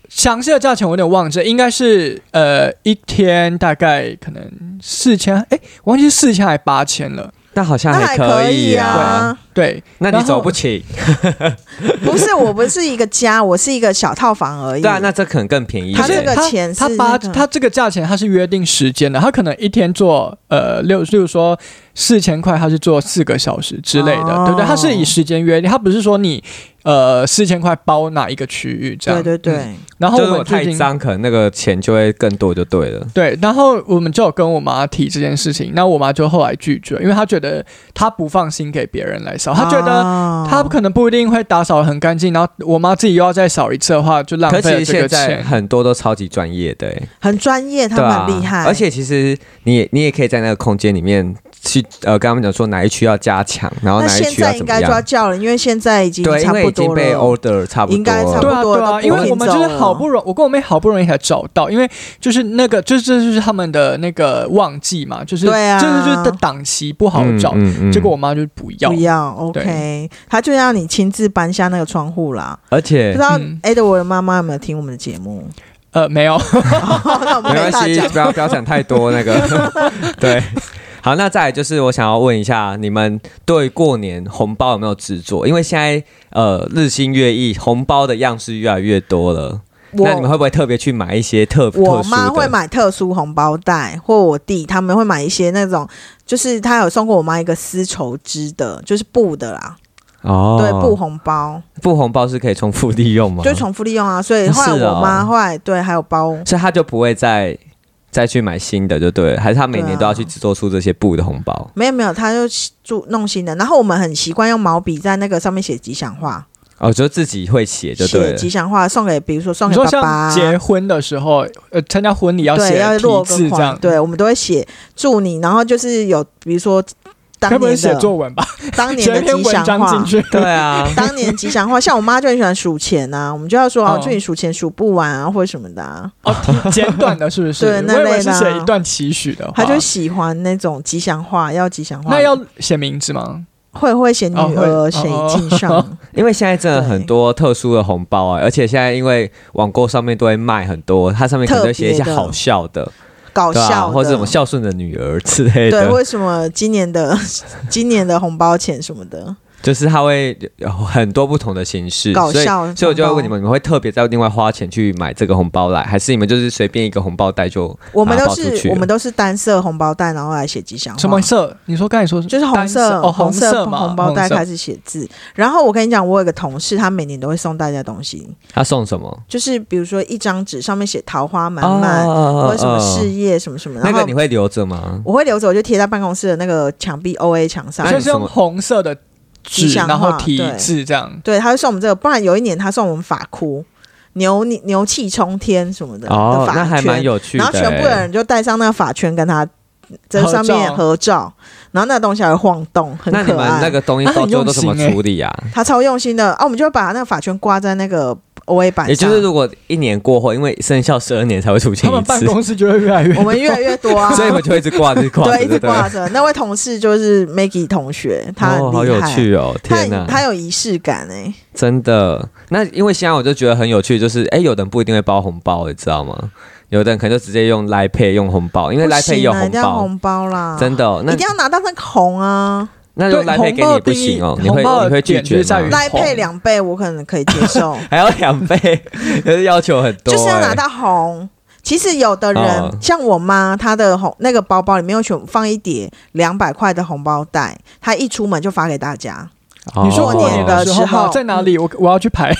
S3: 详细的价钱我有点忘记，应该是呃一天大概可能四千，哎，我忘记是四千还是八千了，
S2: 那好像
S1: 那还
S2: 可
S1: 可以
S2: 啊。
S1: 啊。
S3: 对，
S2: 那
S3: 然
S2: 你
S3: 后
S2: 走不起，
S1: 不是，我不是一个家，我是一个小套房而已。
S2: 啊对啊，那这可能更便宜一
S1: 他这
S2: 点。
S1: 个钱
S3: 他
S1: 是
S3: 八
S1: 那个
S3: 他这个价钱他是约定时间的，他可能一天做呃六，例如说四千块，他是做四个小时之类的，
S1: 哦
S3: 对不对？他是以时间约定，他不是说你呃四千块包哪一个区域这样。
S1: 对对对，
S3: 嗯然后
S2: 就
S3: 我
S2: 如果
S3: 们最
S2: 太
S3: 近
S2: 脏，可能那个钱就会更多，就对了。
S3: 对，然后我们就有跟我妈提这件事情，那我妈就后来拒绝，因为她觉得她不放心给别人来扫，
S2: 哦
S3: 她觉得
S1: 啊
S3: 她可能不一定会打扫得很干净，然后我妈自己又要再扫一次的话，就浪
S2: 可
S3: 费
S2: 其
S3: 了
S2: 实
S3: 这个
S2: 现在
S3: 钱。
S2: 很多都超级专业的、欸，
S1: 很专业，他
S2: 对
S1: 们
S2: 啊，
S1: 很厉害，
S2: 而且其实你也你也可以在那个空间里面去呃跟他们讲说哪一区要加强，然后
S1: 那
S2: 哪一
S1: 现
S2: 区要
S1: 在应
S2: 啊怎么
S1: 该就要
S2: 样。
S1: 叫了，因为现在已经
S2: 对，因
S1: 差
S2: 为
S1: 不
S2: 已经
S1: 多
S2: 被
S1: 了。
S2: order 差不
S1: 应该
S2: 多
S1: 差
S2: 了。
S1: 不
S3: 对
S1: 多了
S3: 啊，对啊，
S1: 都
S3: 因为
S1: 不
S3: 我们就
S1: 停
S3: 是
S1: 走了
S3: 好不容易，我跟我妹好不容易才找到，因为就是那个，就是这就是他们的那个旺季嘛，就是
S1: 对啊
S3: 就是就是档期不好找，
S2: 嗯嗯嗯
S3: 结果我妈就不要
S1: 不，一样，OK，他就让你亲自搬下那个窗户啦。
S2: 而
S1: 不
S2: 且
S1: 知道
S3: 嗯
S1: Edward 的妈妈有没有听我们的节目？
S3: 呃，没有，
S1: 那我们
S2: 没
S1: 跟
S2: 关
S1: 大
S2: 系
S1: 家，讲，
S2: 不要不要想太多 那个。对，好，那再来就是我想要问一下，你们对过年红包有没有执着？因为现在呃日新月异，红包的样式越来越多了。那你们
S1: 我
S2: 会不会特别去买一些特
S1: 我
S2: 特殊
S1: 妈
S2: 的？
S1: 会买特殊红包袋，或我弟他们会买一些那种，就是他有送过我妈一个丝绸织的，就是布的啦，
S2: 哦，
S1: 对，布红包
S2: 布红包是可以重复利用吗？
S1: 就重复利用啊。所以后
S2: 是
S1: 来
S2: 哦
S1: 我妈后来对还有包。
S2: 所以他就不会再再去买新的，就对了。还是他每年都要去制作出这些布的红包？
S1: 没有没有，他就做弄新的，然后我们很习惯用毛笔在那个上面写吉祥话，
S2: 哦，就自己会写就对
S1: 啊写
S2: 了。
S1: 吉祥话送给，比如说送
S3: 你
S1: 给
S3: 说
S1: 爸爸啊
S3: 像，结婚的时候，呃，参加婚礼要
S1: 对，
S3: 写
S1: 要落
S3: 题
S1: 个
S3: 字这
S1: 款
S3: 样，，
S1: 对，我们都会写祝你，然后就是有比如说当
S3: 该不会
S1: 年
S3: 写
S1: 的
S3: 作文吧？
S1: 当年
S3: 写
S1: 的
S3: 一篇
S1: 吉
S3: 文
S1: 祥
S3: 章进
S1: 话。，
S3: 去。
S2: 对啊
S1: 当年吉祥话，像我妈就很喜欢数钱啊，我们就要说哦
S3: 嗯，
S1: 祝你数钱数不完啊，或者什么的啊，
S3: 哦，简短的是不是？
S1: 对那
S3: 我以为是
S1: 类的啊
S3: 写一段期许的话。
S1: 她就喜欢那种吉祥话，要吉祥话。
S3: 哦那要写名字吗？
S1: 会会写女
S3: 哦会哦
S1: 儿谁敬上，
S2: 因为现在真的很多特殊的红包啊，而且现在因为网购上面都会卖很多，它上面可能就会写一些
S1: 特别的
S2: 好笑的，
S1: 搞
S2: 对啊，
S1: 笑
S2: 或者什么
S1: 的。
S2: 孝顺的女儿之类
S1: 对，
S2: 的，
S1: 为什么今年的 今年的红包钱什么的
S2: 就是它会有很多不同的形式。
S1: 搞
S2: 所以，
S1: 笑？
S2: 所以我就会
S1: 红包
S2: 问你，们，你们会特别再另外花钱去买这个红包来，还是你们就是随便一个红包袋就？
S1: 我们
S2: 把
S1: 都
S2: 它包出
S1: 是
S2: 去
S1: 我们都是单色红包袋，然后来写吉祥话。
S3: 什么色？你说刚才说是
S1: 啊就是红
S3: 单
S1: 色
S3: 哦，红
S1: 色
S3: 嘛，
S1: 红包袋开
S3: 始。
S1: 始写字。然后我跟你讲，我有个同事，他每年都会送大家东西，
S2: 他送什么？
S1: 就是比如说一张纸上面写桃花满满，
S2: 哦
S1: 或者什么事业什么什么，
S2: 那
S1: 然
S2: 个
S1: 后
S2: 你会留着吗？
S1: 我会留着，我就贴在办公室的那个墙壁 O A 墙上
S2: 那。
S3: 就
S2: 你
S3: 是用红色的
S1: 吉
S3: 纸，
S1: 祥
S3: 然后
S1: 话
S3: 题
S1: 对
S3: 字这样。
S1: 对，他就送我们这个，不然有一年他送我们法箍，牛牛气冲天什么的
S2: 哦
S1: 的，
S2: 那
S1: 法
S2: 还蛮
S1: 圈，
S2: 有趣的、
S1: 然
S2: 欸。
S1: 后全部的人就戴上那个法圈跟他。在
S3: 合
S1: 上面
S3: 照
S1: 合照，然后那个东西还会晃动，很
S2: 那你
S1: 可
S2: 们那
S1: 爱。
S2: 个东西到最后都怎么
S3: 那很用心欸
S2: 处理啊？
S1: 他超用心的啊，我们就会把那个法圈挂在那个 O A 板上。
S2: 也就是如果一年过后，因为生效十二年才会出现
S3: 他
S2: 一
S3: 们办
S2: 次，
S3: 公室就会越来越
S1: 我们越来越多啊，
S2: 所以你们就一直挂着挂着，
S1: 对一直
S2: 不
S1: 挂着。那位同事就是 Maggie 同学，他很
S2: 哦，好
S1: 厉
S2: 有
S1: 害，
S2: 趣哦！
S1: 他很
S2: 天哪，
S1: 他有仪式感哎、
S2: 真的。那因为现在我就觉得很有趣，就是哎、有的人不一定会包红包，你知道吗？有的人可能就直接用 Line Pay 用红包，因为
S1: 不
S2: Line Pay
S1: 行
S2: 有
S1: 啊，一
S2: 红
S1: 定要
S2: 包，
S1: 红包啦，
S2: 真的哦、那
S1: 一定要拿到那个红啊，
S2: 那用
S3: 对
S2: Line
S3: 红
S2: Pay 给
S3: 包
S2: 你
S3: 的
S2: 不
S3: 第一
S2: 行哦，你
S3: 红
S2: 会
S3: 包的
S2: 你会拒
S3: 点就
S2: 绝
S3: 是在于
S2: 吗？
S1: 来配两倍我可能可以接 受，
S2: 还要两倍， 就是要求很多、
S1: 就是要拿
S2: 哎
S1: 到红。其实有的人、
S2: 哦
S1: 像我妈，她的红那个包包里面有全放一叠两百块的红包袋，她一出门就发给大 家。
S2: 哦
S3: 你说过年的时候
S1: 哦
S3: 吗在哪里？我我要 去排。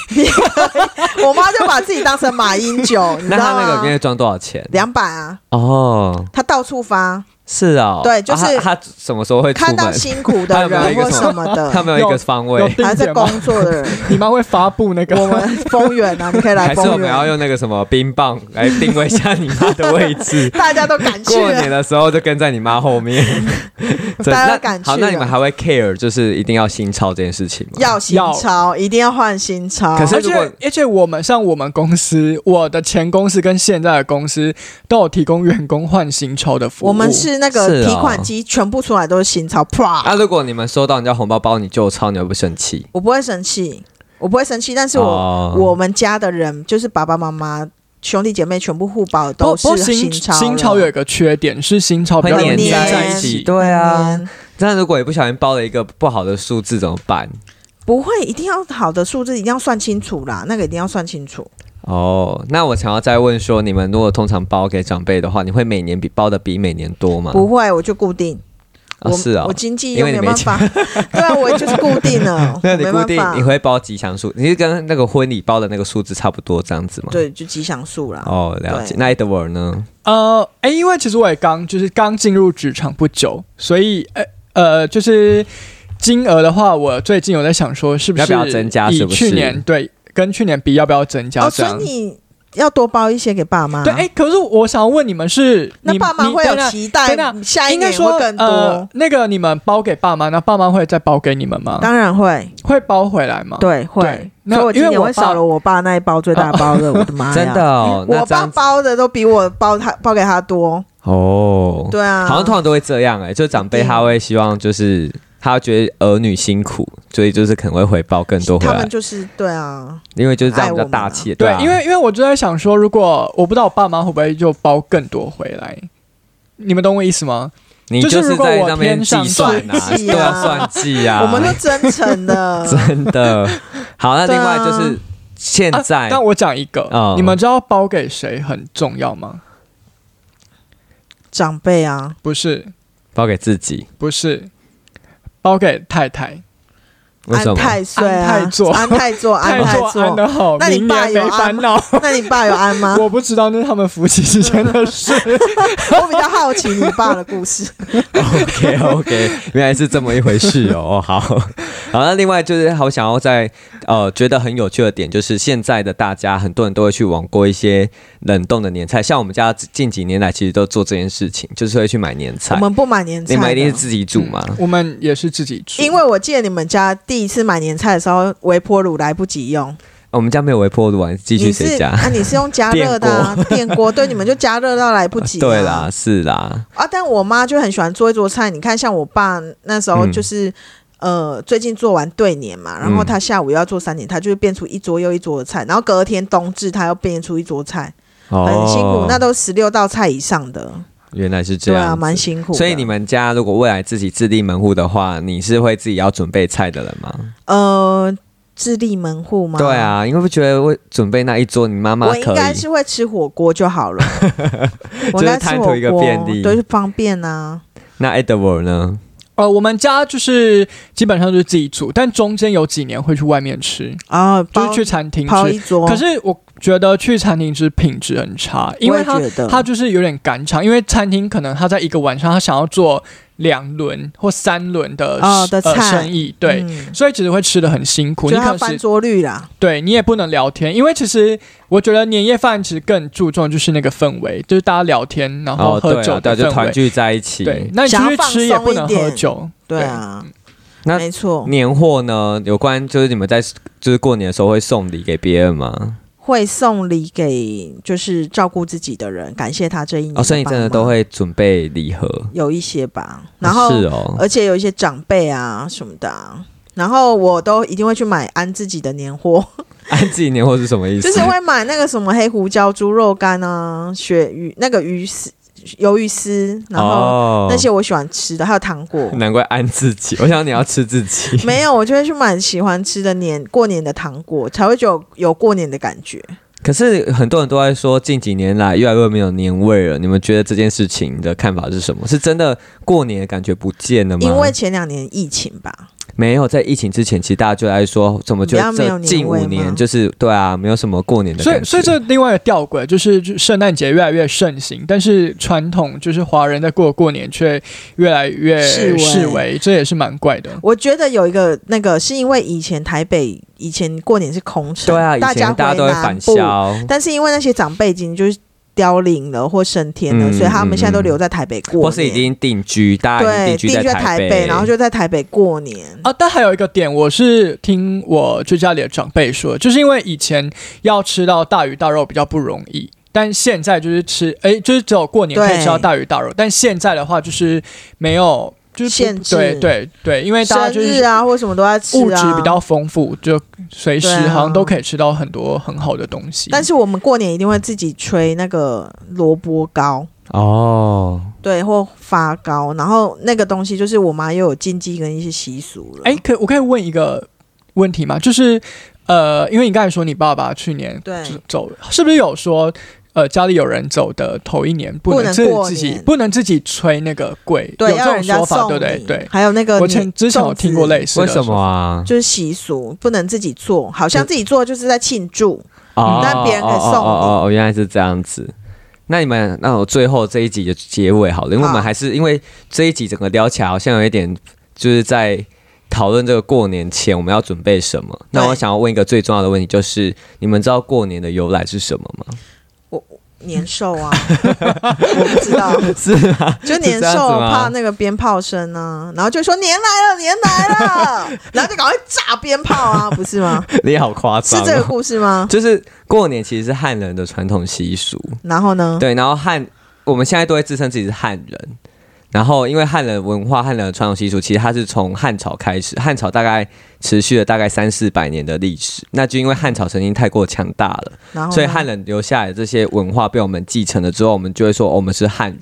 S1: 我妈就把自己当成马英 九，你知
S2: 那他
S1: 道
S2: 那个里面
S1: 吗？
S2: 会装多少钱？
S1: 两百啊，
S2: 哦，
S1: 她到处发，
S2: 是哦，
S1: 对就是
S2: 啊他他什么时候会出
S1: 看
S2: 门？
S1: 到辛苦的
S2: 他有没有
S1: 人
S2: 一个
S1: 或
S2: 什
S1: 什么的，
S2: 他没有一个方
S3: 有
S2: 位，
S1: 还
S3: 定
S1: 在
S3: 点吗？
S1: 工作的 人，
S3: 你妈会发布那个？
S1: 我 们丰原啊，你可以来
S2: 还是我
S1: 丰
S2: 们要
S1: 原，？
S2: 用那个什么冰棒来定位一下你妈的位置
S1: 大家都敢去
S2: 过年的时候就跟在你妈后 面，
S1: 大
S2: 真
S1: 家
S2: 那
S1: 都敢去
S2: 好，那你
S1: 了
S2: 们还会 care 就是一定要新钞这件事情吗？
S1: 要新
S3: 要
S1: 钞，一定要换新钞。
S2: 可是
S3: 而
S2: 如果
S3: 且而且我们像我们公司，我的前公司跟现在的公司都有提供员工换新钞的服务。
S1: 我们是那
S2: 是
S1: 个
S2: 哦
S1: 提款机，全部出来都是新钞，
S2: 啊，
S1: 啪！
S2: 如果你们收到人家红包包你旧钞，你会不会生气？
S1: 我不会生气，我不会生气，但是我
S2: 哦
S1: 我们家的人就是爸爸妈妈、兄弟姐妹全部互报
S3: 不
S1: 都
S3: 不过
S1: 是
S3: 新
S1: 钞了，
S3: 新钞有一个缺点是新钞
S2: 会
S3: 比较容
S2: 粘
S3: 易
S1: 黏
S2: 在
S3: 在
S2: 一
S3: 一
S2: 起，
S3: 起。
S2: 对啊。
S1: 嗯
S2: 但如果你不小心包了一个不好的数字怎么办？
S1: 不会，一定要好的数字一定要算清楚啦，那个一定要算清楚。
S2: 哦，那我想要再问说，你们如果通常包给长辈的话，你会每年比包的比每年多吗？
S1: 不会，我就固定，我
S2: 啊是啊
S1: 我经济
S2: 因
S1: 又
S2: 为
S1: 没有
S2: 你没
S1: 办
S2: 钱
S1: 法， 对啊，我就是固定 了，
S2: 那
S1: 我
S2: 你
S1: 没
S2: 固
S1: 办
S2: 定
S1: 法
S2: 你，会包吉祥数，你是跟那个婚礼包的那个数字差不多这样子吗？。
S1: 对，就吉祥数啦。
S2: 哦，了解
S1: 对。
S2: 那 Edward 呢？
S3: 呃，哎，因为其实我也刚就是刚进入职场不久，所以呃呃，就是金额的话，我最近有在想说，是不是
S2: 要不要增加
S3: 以
S2: 是不是
S3: 去年对跟去年比，要不要增加
S2: 啊
S1: 哦，
S3: 这
S1: 所
S3: 样？
S1: 以你要多包一些给爸妈。
S3: 对，哎，可是我想要问你们是，
S1: 那
S3: 你
S1: 爸妈
S3: 你
S1: 会
S3: 等
S1: 有
S2: 啊
S3: 等
S1: 期待
S3: 等，等
S1: 下一
S3: 应该
S1: 年
S3: 说
S1: 会更
S3: 呃
S1: 多，，
S3: 那个你们包给爸妈，那爸妈会再包给你们吗？
S1: 当然会，
S3: 会包回来
S2: 哦
S3: 吗？
S1: 对会
S3: 对。那
S1: 所以我今
S3: 因为
S1: 年
S3: 我
S1: 会
S3: 爸
S1: 少了我爸那一包最大包 的，我的哎妈呀！哎
S2: 真的哦，那
S1: 我
S2: 这
S1: 爸
S2: 样子
S1: 包的都比我包他包给他多，
S2: 哦，
S1: 对啊，
S2: 好像通常都会这样哎、就长辈他会希望就是他觉得儿女辛苦，所以就是可能会回报更多回
S1: 他
S2: 来
S1: 们，就是对啊，
S2: 因为就是这样
S1: 爱
S2: 比
S1: 我
S2: 较
S1: 们
S2: 大
S1: 啊
S2: 气，
S3: 对，
S2: 啊，
S3: 因为因为我就在想说，如果我不知道我爸妈会不会就包更多回来，你们懂我意思吗？
S2: 你
S3: 就是
S2: 是
S3: 如果
S2: 在
S3: 我
S2: 上面
S3: 偏
S2: 计
S3: 向
S2: 算啊，
S1: 算计
S2: 对啊，
S1: 啊
S2: 算计啊，
S1: 我们都真诚的，
S2: 真的好。那
S1: 对
S2: 另外
S1: 啊
S2: 就是现
S3: 啊
S2: 在，
S3: 但我讲一个，
S2: 哦
S3: 你们知道包给谁很重要吗？
S1: 长辈啊，
S3: 不是，
S2: 包给自己，
S3: 不是，包给太太，
S2: 为
S1: 安
S2: 什么？
S1: 泰岁
S3: 安泰
S1: 啊，
S3: 座
S1: 安泰座，安泰
S3: 做安
S1: 座，
S3: 的好，
S1: 那你
S3: 明
S1: 爸
S3: 年
S1: 有啊
S3: 没
S1: 安
S3: 烦
S1: 吗
S3: 恼。
S1: 那你爸有安吗？
S3: 我不知道那是他们夫妻之间的事，
S1: 我比较好奇你爸的故事，
S2: OK OK，原来是这么一回事 哦。哦好，好，那另外就是好想要在呃觉得很有趣的点，就是现在的大家很多人都会去网购一些冷冻的年菜，像我们家近几年来其实都做这件事情，就是会去买年
S1: 我
S2: 菜。
S1: 们不买年
S2: 你们
S1: 菜
S2: 一定是
S1: 的。
S2: 自己 煮
S1: 嗯
S2: 吗？
S3: 我们也是自己煮，
S1: 因为我记得你们家第一次买年菜的时候，微波炉来不及用，
S2: 哦我们家没有微波炉啊，继续
S1: 你是
S2: 谁家？
S1: 啊？你是用加热的啊电锅，对，你们就加热到来不啊及。
S2: 对啦，，是啦，
S1: 啊，但我妈就很喜欢做一桌菜。你看，像我爸那时候
S2: 嗯
S1: 就是。呃，最近做完对年嘛，然后他下午要做三点，他就会变出一桌又一桌的菜，然后隔天冬至他又变出一桌菜，
S2: 哦
S1: 很辛苦，那都十六道菜以上的，
S2: 原来是这
S1: 对
S2: 样子，
S1: 啊，蛮辛苦的。
S2: 所以你们家如果未来自己自立门户的话，你是会自己要准备菜的人吗？
S1: 呃，自立门户吗？
S2: 对，啊，因为不觉得我准备那一桌，你妈妈
S1: 我
S2: 可以
S1: 应该是会吃火锅就好 了，我应该吃
S2: 贪
S1: 火
S2: 图一个
S1: 锅
S2: 便利
S1: 对，方便啊。
S2: 那 Edward 呢？
S3: 呃，我们家就是基本上就是自己煮，但中间有几年会去外面吃，
S1: 啊，
S3: 就是
S1: 包
S3: 去餐厅
S1: 包
S3: 吃。
S1: 一桌，
S3: 可是我觉得去餐厅吃品质很差，因
S1: 我
S3: 为
S1: 也
S3: 它
S1: 觉得
S3: 它就是有点赶场，因为餐厅可能他在一个晚上他想要做两轮或三轮的、
S1: 哦的
S3: 呃、
S1: 菜
S3: 生意，对。
S1: 嗯
S3: 所以其实会吃的很辛苦，你
S1: 就
S3: 可
S1: 它
S3: 能
S1: 翻
S3: 是
S1: 桌率啦，
S3: 对你也不能聊天，因为其实我觉得年夜饭其实更注重就是那个氛围，就是大家聊天然后
S2: 哦，对
S3: 喝
S2: 啊，
S3: 酒
S2: 对啊，
S3: 的
S2: 就
S3: 氛围。
S2: 团聚在一起。
S3: 对，，那你出
S1: 想
S3: 去
S1: 要放
S3: 吃也
S1: 松
S3: 不
S1: 一
S3: 能喝
S1: 点
S3: 酒。
S1: 对啊，
S2: 嗯那
S1: 没错，
S2: 年货呢？有关就是你们在就是过年的时候会送礼给别人吗？
S1: 会送礼给就是照顾自己的人，感谢他这一年。
S2: 哦，所以你真的都会准备礼盒。
S1: 有一些吧，然后、呃
S2: 是哦，
S1: 而且有一些长辈啊什么的啊、然后我都一定会去买安自己的年货，
S2: 按自己年货是什么意思？
S1: 就是会买那个什么黑胡椒猪肉干啊、鳕鱼那个鱼丝、鱿鱼丝，然后
S2: 哦
S1: 那些我喜欢吃的，还有糖
S2: 。
S1: 果
S2: 难怪按自己。我想你要吃自己。
S1: 没有，我就会去买喜欢吃的年过年的糖果，才会有有过年的感觉。
S2: 可是很多人都在说，近几年来越来越没有年味了。你们觉得这件事情的看法是什么？是真的过年的感觉不见了吗？
S1: 因为前两年疫情吧，
S2: 没有在疫情之前，其实大家就在说，怎么就
S1: 比较没有
S2: 这
S1: 年
S2: 近
S1: 味
S2: 五
S1: 吗
S2: 年就是对啊，没有什么过年的
S3: 所
S2: 感
S3: 以，
S2: 觉。
S3: 所以这另外一个吊诡就是，就圣诞节越来越盛行，但是传统就是华人在过过年却越来越
S1: 式微
S3: 式微，这也是蛮怪的。
S1: 我觉得有一个那个，是因为以前台北以前过年是空城，
S2: 对啊，以
S1: 大
S2: 前
S1: 家
S2: 大家
S1: 回
S2: 都会
S1: 南
S2: 返
S1: 部
S2: 乡，
S1: 但是因为那些长辈已经就是凋零了或升天了，
S2: 嗯
S1: 所以他们现在都
S2: 嗯
S1: 留在台北过年，
S2: 或是已经定居，大家
S1: 对
S2: 已经定居
S1: 在
S2: 在
S1: 台
S2: 北，
S1: 然后就在台北过年。
S3: 啊，但还有一个点，我是听我就家里的长辈说，就是因为以前要吃到大鱼大肉比较不容易，但现在就是吃，哎，就是只有过年可以吃到
S1: 对
S3: 大鱼大肉，但现在的话就是没有，就是不
S1: 限制
S3: 对对对，因为大家
S1: 生
S3: 就是
S1: 日啊，或什么都在吃啊，
S3: 物质比较丰富，就随时
S1: 对啊
S3: 好像都可以吃到很多很好的东西。
S1: 但是我们过年一定会自己吹那个萝卜糕，
S2: 哦，
S1: 对，或发糕，然后那个东西就是我妈又有禁忌跟一些习俗了。
S3: 哎、可我可以问一个问题吗？就是呃，因为你刚才说你爸爸去年
S1: 对
S3: 走了，是不是有说呃家里有人走的头一年不
S1: 不
S3: 能
S1: 能
S3: 自
S1: 过
S3: 自己
S1: 年
S3: 不能自己吹那个柜，
S1: 对，
S3: 有这
S1: 要
S3: 种
S1: 人家
S3: 说法
S1: 送
S3: 对
S1: 你，
S3: 不对？对，
S1: 还有那个
S3: 我
S1: 你
S3: 前之前有
S1: 粽子
S3: 听过类似的
S2: 为
S3: 说法，
S2: 什么啊？
S1: 就是习俗，不能自己做，好像自己做就是在庆祝。
S2: 哦
S1: 但别人可以送
S2: 哦
S1: 你
S2: 哦哦哦，原来是这样子。那你们，那我最后这一集的结尾好了，因为我们
S1: 好
S2: 还是因为这一集整个聊起来好像有一点就是在讨论这个过年前我们要准备什么。
S1: 对
S2: 那我想要问一个最重要的问题，就是你们知道过年的由来是什么吗？
S1: 年兽 啊，我不知道，
S2: 是啊，
S1: 就年
S2: 是这样
S1: 兽
S2: 子吗
S1: 怕那个鞭炮声啊，然后就说年来了，年来 了，然后就赶快炸鞭炮啊，不是吗？
S2: 你好夸
S1: 是
S2: 张、哦，
S1: 这个故事 吗？
S2: 就是过年其实是汉人的传统习俗，
S1: 然后呢？
S2: 对，然后汉我们现在都会自称自己是汉人，然后因为汉人文化、汉人的传统习俗，其实它是从汉朝开始，汉朝大概持续了大概三四百年的历史。那就因为汉朝曾经太过强大了，
S1: 然后呢
S2: 所以汉人留下来的这些文化被我们继承了之后，我们就会说、哦我们是汉人，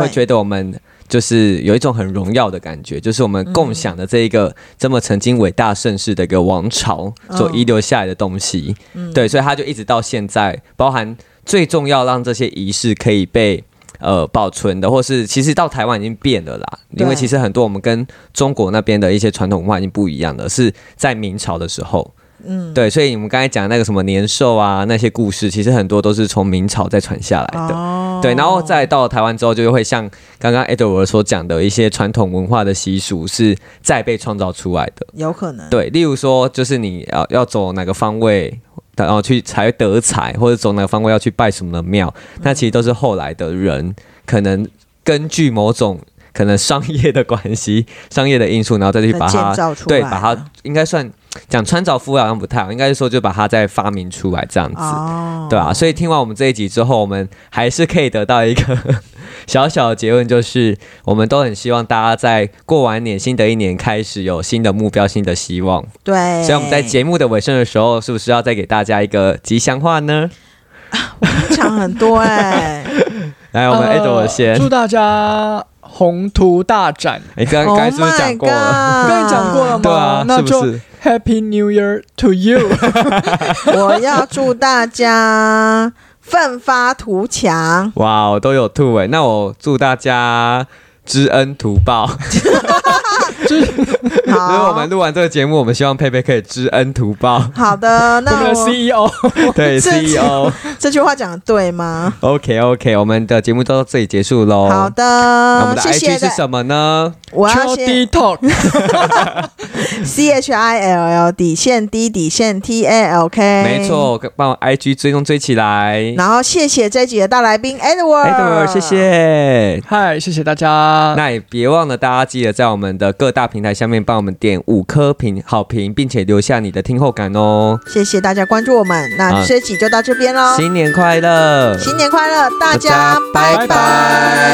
S1: 对
S2: 会觉得我们。就是有一种很荣耀的感觉，就是我们共享的这一个、这么曾经伟大盛世的一个王朝
S1: 嗯
S2: 所遗留下来的东西，对，所以它就一直到现在，包含最重要让这些仪式可以被呃保存的，或是其实到台湾已经变了啦，
S1: 对
S2: 因为其实很多我们跟中国那边的一些传统文化已经不一样了，是在明朝的时候。嗯，对，所以你们刚才讲那个什么年兽啊，那些故事，其实很多都是从明朝再传下来的。
S1: 哦
S2: 对，然后再到台湾之后，就会像刚刚 Edward 所讲的一些传统文化的习俗是再被创造出来的。
S1: 有可能
S2: 对，例如说，就是你要要走哪个方位，然后去才会得财，或者走哪个方位要去拜什么的庙，
S1: 嗯
S2: 那其实都是后来的人可能根据某种可能商业的关系、商业的因素，然后再去
S1: 那
S2: 把
S1: 建
S2: 它
S1: 造出来
S2: 对，
S1: 了，
S2: 把它应该算讲穿凿附会好像不太好，应该是说就把它再发明出来这样子。
S1: 哦，
S2: 对啊，所以听完我们这一集之后，我们还是可以得到一个 小小的结论，就是我们都很希望大家在过完年、新的一年开始有新的目标、新的希望。
S1: 对，
S2: 所以我们在节目的尾声的时候，是不是要再给大家一个吉祥话呢？
S1: 抢很多哎、
S2: 来，我们
S3: 呃
S2: Edward 先，
S1: 哦
S3: 祝大家宏图大展。
S2: 你 刚
S1: Oh
S2: 刚是不是
S1: my
S2: 讲
S1: god！
S2: 过了？
S1: 嗯
S3: 刚才讲过了吗？
S2: 对啊，
S3: 那
S2: 是不？
S3: 就是 Happy New Year to you！
S1: 我要祝大家奋发图 强，
S2: 哇，我都有吐哎、那我祝大家知恩图报。如果
S1: 好
S2: 我们，录完这个节目，我们希望佩佩可以知恩图报，
S1: 好的，
S3: 我们
S1: 那
S3: 的
S1: 我
S3: CEO，
S2: 对
S1: 自己
S2: CEO。
S1: 这句话讲的对吗？
S2: OK OK，我们的节目就到这里结束喽。
S1: 好
S2: 哦那我们
S1: 的，谢
S2: 的
S1: 谢
S2: IG 是
S1: 的，
S2: 什么呢？
S1: 我要
S3: D
S1: 先
S3: Talk，
S1: C H I L L 底线 D 底线 T A L K，
S2: 没。错，帮我 IG 追踪追起来。
S1: 然后谢谢这集的大来宾 Edward，
S2: Edward，谢。谢。
S3: 嗨，谢谢大家。
S2: 那也别忘了，大家记得在我们的各大平台下面帮我们点五颗评好评，并且留下你的听后感哦。
S1: 谢谢大家关注我们，那
S2: 啊
S1: 这集就到这边喽，
S2: 新年快乐！
S1: 新年快乐，大家
S2: 大家拜
S1: 拜拜